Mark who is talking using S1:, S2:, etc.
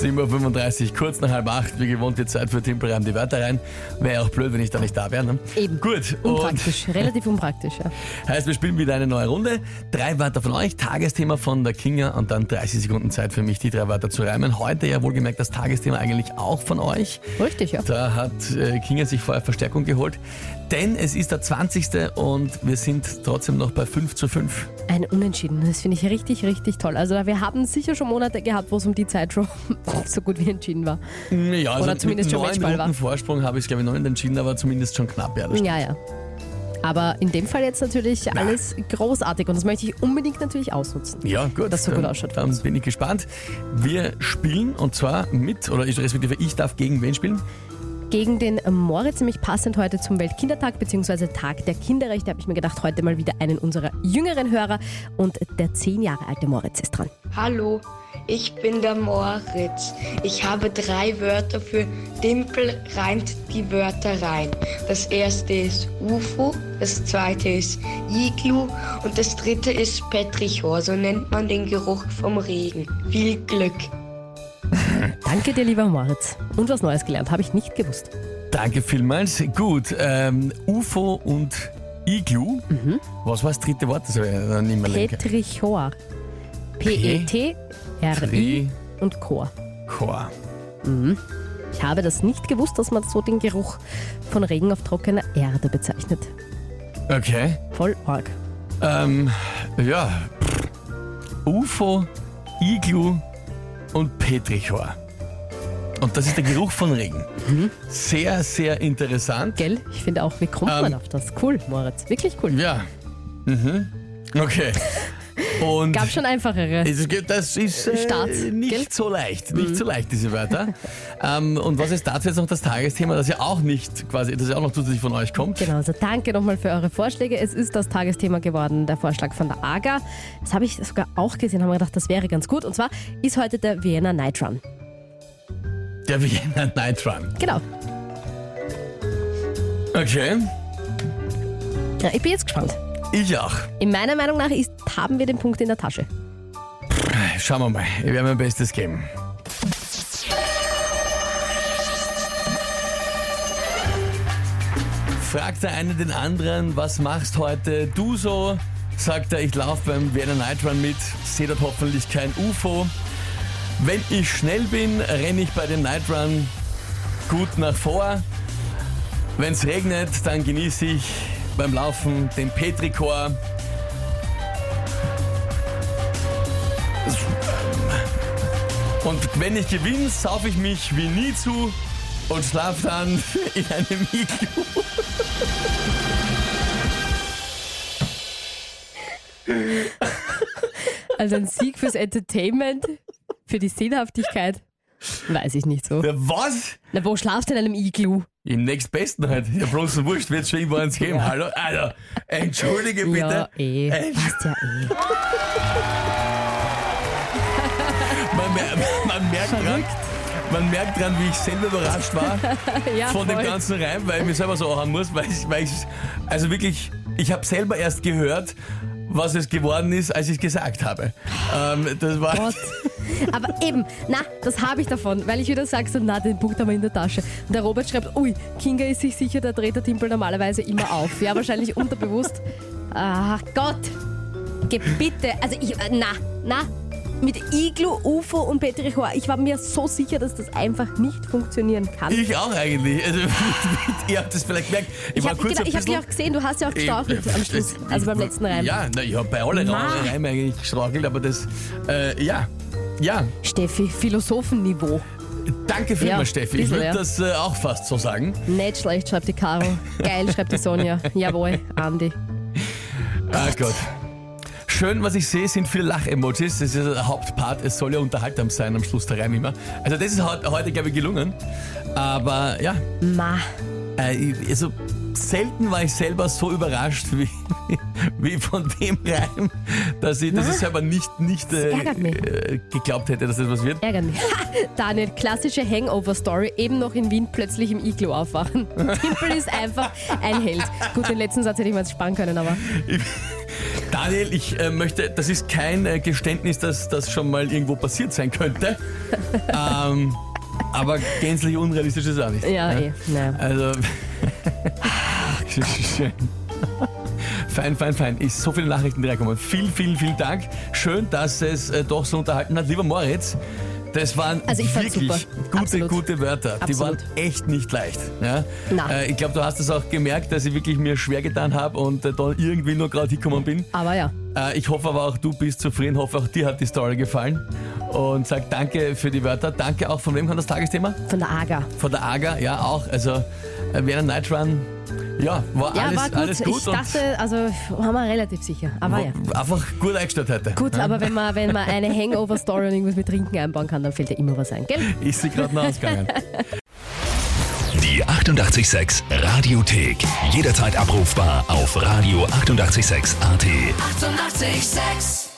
S1: 7.35 Uhr, kurz nach halb acht, wie gewohnt die Zeit für Timpelreim die Wörter rein. Wäre ja auch blöd, wenn ich da nicht da wäre. Ne?
S2: Eben.
S1: Gut, und
S2: Unpraktisch, relativ unpraktisch, ja.
S1: heißt, wir spielen wieder eine neue Runde. Drei Wörter von euch, Tagesthema von der Kinga und dann 30 Sekunden Zeit für mich, die drei Wörter zu reimen. Heute ja wohlgemerkt das Tagesthema eigentlich auch von euch.
S2: Richtig, ja.
S1: Da hat äh, Kinga sich vorher Verstärkung geholt, denn es ist der 20. und wir sind trotzdem noch bei 5 zu 5.
S2: Ein Unentschieden, das finde ich richtig, richtig toll. Also wir haben sicher schon Monate gehabt, wo es um die Zeit schon so gut wie entschieden war.
S1: Ja, also
S2: Oder zumindest
S1: mit
S2: schon
S1: neun
S2: Matchball war.
S1: Runden Vorsprung habe ich es, glaube ich, noch nicht entschieden, aber zumindest schon knapp. Ja, das
S2: Ja, ja. Aber in dem Fall jetzt natürlich alles großartig und das möchte ich unbedingt natürlich ausnutzen.
S1: Ja, gut.
S2: Dass so gut
S1: dann-
S2: ausschaut für
S1: Dann
S2: uns.
S1: bin ich gespannt. Wir spielen und zwar mit, oder ich respektive ich darf gegen wen spielen?
S2: Gegen den Moritz, nämlich passend heute zum Weltkindertag bzw. Tag der Kinderrechte, habe ich mir gedacht, heute mal wieder einen unserer jüngeren Hörer und der zehn Jahre alte Moritz ist dran.
S3: Hallo, ich bin der Moritz. Ich habe drei Wörter für Dimpel reimt die Wörter rein. Das erste ist UFO, das zweite ist Iglu und das dritte ist Petrichor. So nennt man den Geruch vom Regen. Viel Glück.
S2: Danke dir, lieber Moritz. Und was Neues gelernt, habe ich nicht gewusst.
S1: Danke vielmals. Gut, ähm, UFO und Iglu. Was war das dritte Wort? Das habe ich noch nicht mehr lenken.
S2: Petrichor. E P-E-T-R-I
S1: Tri-
S2: und Chor.
S1: Chor.
S2: Ich habe das nicht gewusst, dass man so den Geruch von Regen auf trockener Erde bezeichnet.
S1: Okay.
S2: Voll arg.
S1: Ähm, ja. Pff. UFO, Iglu und Petrichor. Und das ist der Geruch von Regen. Sehr, sehr interessant.
S2: Gell? Ich finde auch, wie kommt man
S1: Ähm.
S2: auf das? Cool, Moritz. Wirklich cool.
S1: Ja. Mhm. Okay. Und
S2: Gab schon einfachere.
S1: es gibt, das ist
S2: Start,
S1: äh, nicht
S2: gell? Mhm.
S1: so leicht, nicht so leicht diese Wörter. ähm, und was ist dazu jetzt noch das Tagesthema, das ja auch nicht quasi, das ja auch noch zusätzlich von euch kommt?
S2: Genau, also danke nochmal für eure Vorschläge. Es ist das Tagesthema geworden, der Vorschlag von der AGA. Das habe ich sogar auch gesehen, haben wir gedacht, das wäre ganz gut. Und zwar ist heute der Vienna Night Run.
S1: Der Vienna Night Run.
S2: Genau.
S1: Okay.
S2: Ja, ich bin jetzt gespannt.
S1: Ich auch.
S2: In meiner Meinung nach ist, haben wir den Punkt in der Tasche.
S1: Schauen wir mal. Ich werde mein Bestes geben. Fragt der eine den anderen, was machst heute du so? Sagt er, ich laufe beim Werner Night Run mit, sehe dort hoffentlich kein UFO. Wenn ich schnell bin, renne ich bei den Night Run gut nach vor. Wenn es regnet, dann genieße ich beim Laufen den Petrichor. Und wenn ich gewinne, saufe ich mich wie nie zu und schlafe dann in einem Iglu.
S2: Also ein Sieg fürs Entertainment, für die Sinnhaftigkeit. Weiß ich nicht so.
S1: Ja, was?
S2: Na, wo schlafst du in einem Iglu?
S1: Im nächstbesten halt. Ja, bloß wurscht, wird schon irgendwo eins geben. Hallo? Alter, entschuldige bitte.
S2: Ja, eh.
S1: Ey.
S2: Passt ja eh.
S1: Man, mer- man merkt dran, man merkt dran, wie ich selber überrascht war
S2: Ja,
S1: von dem
S2: voll.
S1: ganzen Reim, weil ich mich selber so haben muss, weil ich, weil ich also wirklich, ich habe selber erst gehört, was es geworden ist, als ich es gesagt habe. Ähm, das war...
S2: Gott. Aber eben, na, das habe ich davon, weil ich wieder sage, so, na, den Punkt haben wir in der Tasche. Und der Robert schreibt, ui, Kinga ist sich sicher, der dreht der Timpel normalerweise immer auf. Ja, wahrscheinlich unterbewusst. Ach Gott, geh bitte. Also ich, äh, na, na, mit Iglu, UFO und Petrichor, ich war mir so sicher, dass das einfach nicht funktionieren kann.
S1: Ich auch eigentlich. Also, ihr habt es vielleicht gemerkt. Ich,
S2: Ich
S1: war
S2: habe
S1: kurz
S2: genau, ich hab
S1: ein
S2: dich auch gesehen, du hast ja auch
S1: bisschen-
S2: gestauchelt
S1: Ich-
S2: am Schluss, also beim letzten Reim.
S1: Ja, na, ich habe bei allen
S2: Ma.
S1: Reimen eigentlich gestrauchelt, aber das, äh, ja. Ja,
S2: Steffi, Philosophenniveau.
S1: danke vielmals,
S2: Ja,
S1: Steffi. Ich
S2: bisschen,
S1: würde
S2: ja.
S1: das äh, auch fast so sagen.
S2: Nicht schlecht, schreibt die Caro. Geil, schreibt die Sonja. Jawohl, Andi.
S1: Ah Gott. Schön, was ich sehe, sind viele Lach-Emojis. Das ist ja der Hauptpart. Es soll ja unterhaltsam sein am Schluss der Reim immer. Also das ist heut- heute, glaube ich, gelungen. Aber ja,
S2: Ma.
S1: äh, also selten war ich selber so überrascht wie, wie von dem Reim, dass ich, dass ich selber nicht, nicht äh,
S2: ärgert mich.
S1: äh, geglaubt hätte, dass das was wird.
S2: Ärgern mich. Daniel, klassische Hangover-Story. Eben noch in Wien plötzlich im Iglo aufwachen. Timpel ist einfach ein Held. Gut, den letzten Satz hätte ich mir jetzt sparen können, aber
S1: Daniel, ich äh, möchte, das ist kein äh, Geständnis, dass das schon mal irgendwo passiert sein könnte. ähm, aber gänzlich unrealistisch ist es auch nicht.
S2: ja, eh. Naja.
S1: Also. schön. Fein, fein, fein. Ist so viele Nachrichten die reinkommen. Vielen, vielen, vielen Dank. Schön, dass es äh, doch so unterhalten hat. Lieber Moritz, das waren
S2: Also ich fand's
S1: wirklich
S2: super.
S1: gute,
S2: Absolut.
S1: gute Wörter. Die waren
S2: Absolut.
S1: echt nicht leicht. Ja?
S2: Na.
S1: Äh, ich glaube, du hast es auch gemerkt, dass ich wirklich mir schwer getan habe und äh, da irgendwie nur gerade hingekommen bin.
S2: Aber ja.
S1: Äh, ich hoffe aber auch, du bist zufrieden. Hoffe auch, dir hat die Story gefallen. Und sag danke für die Wörter. Danke auch. Von wem kam das Tagesthema?
S2: Von der AGA.
S1: Von der AGA, ja auch. Also äh, während Night Run, ja, war,
S2: Ja,
S1: alles,
S2: war gut.
S1: alles gut
S2: ich dachte, also waren wir relativ sicher.
S1: und
S2: Aber ja.
S1: war einfach gut eingestellt heute.
S2: Gut, aber wenn man, wenn man eine Hangover-Story und irgendwas mit Trinken einbauen kann, dann fällt ja immer was ein, gell?
S1: Ist sie gerade noch ausgegangen.
S4: Die 886 Radiothek. Jederzeit abrufbar auf radio886.at. 886! 886.
S5: 886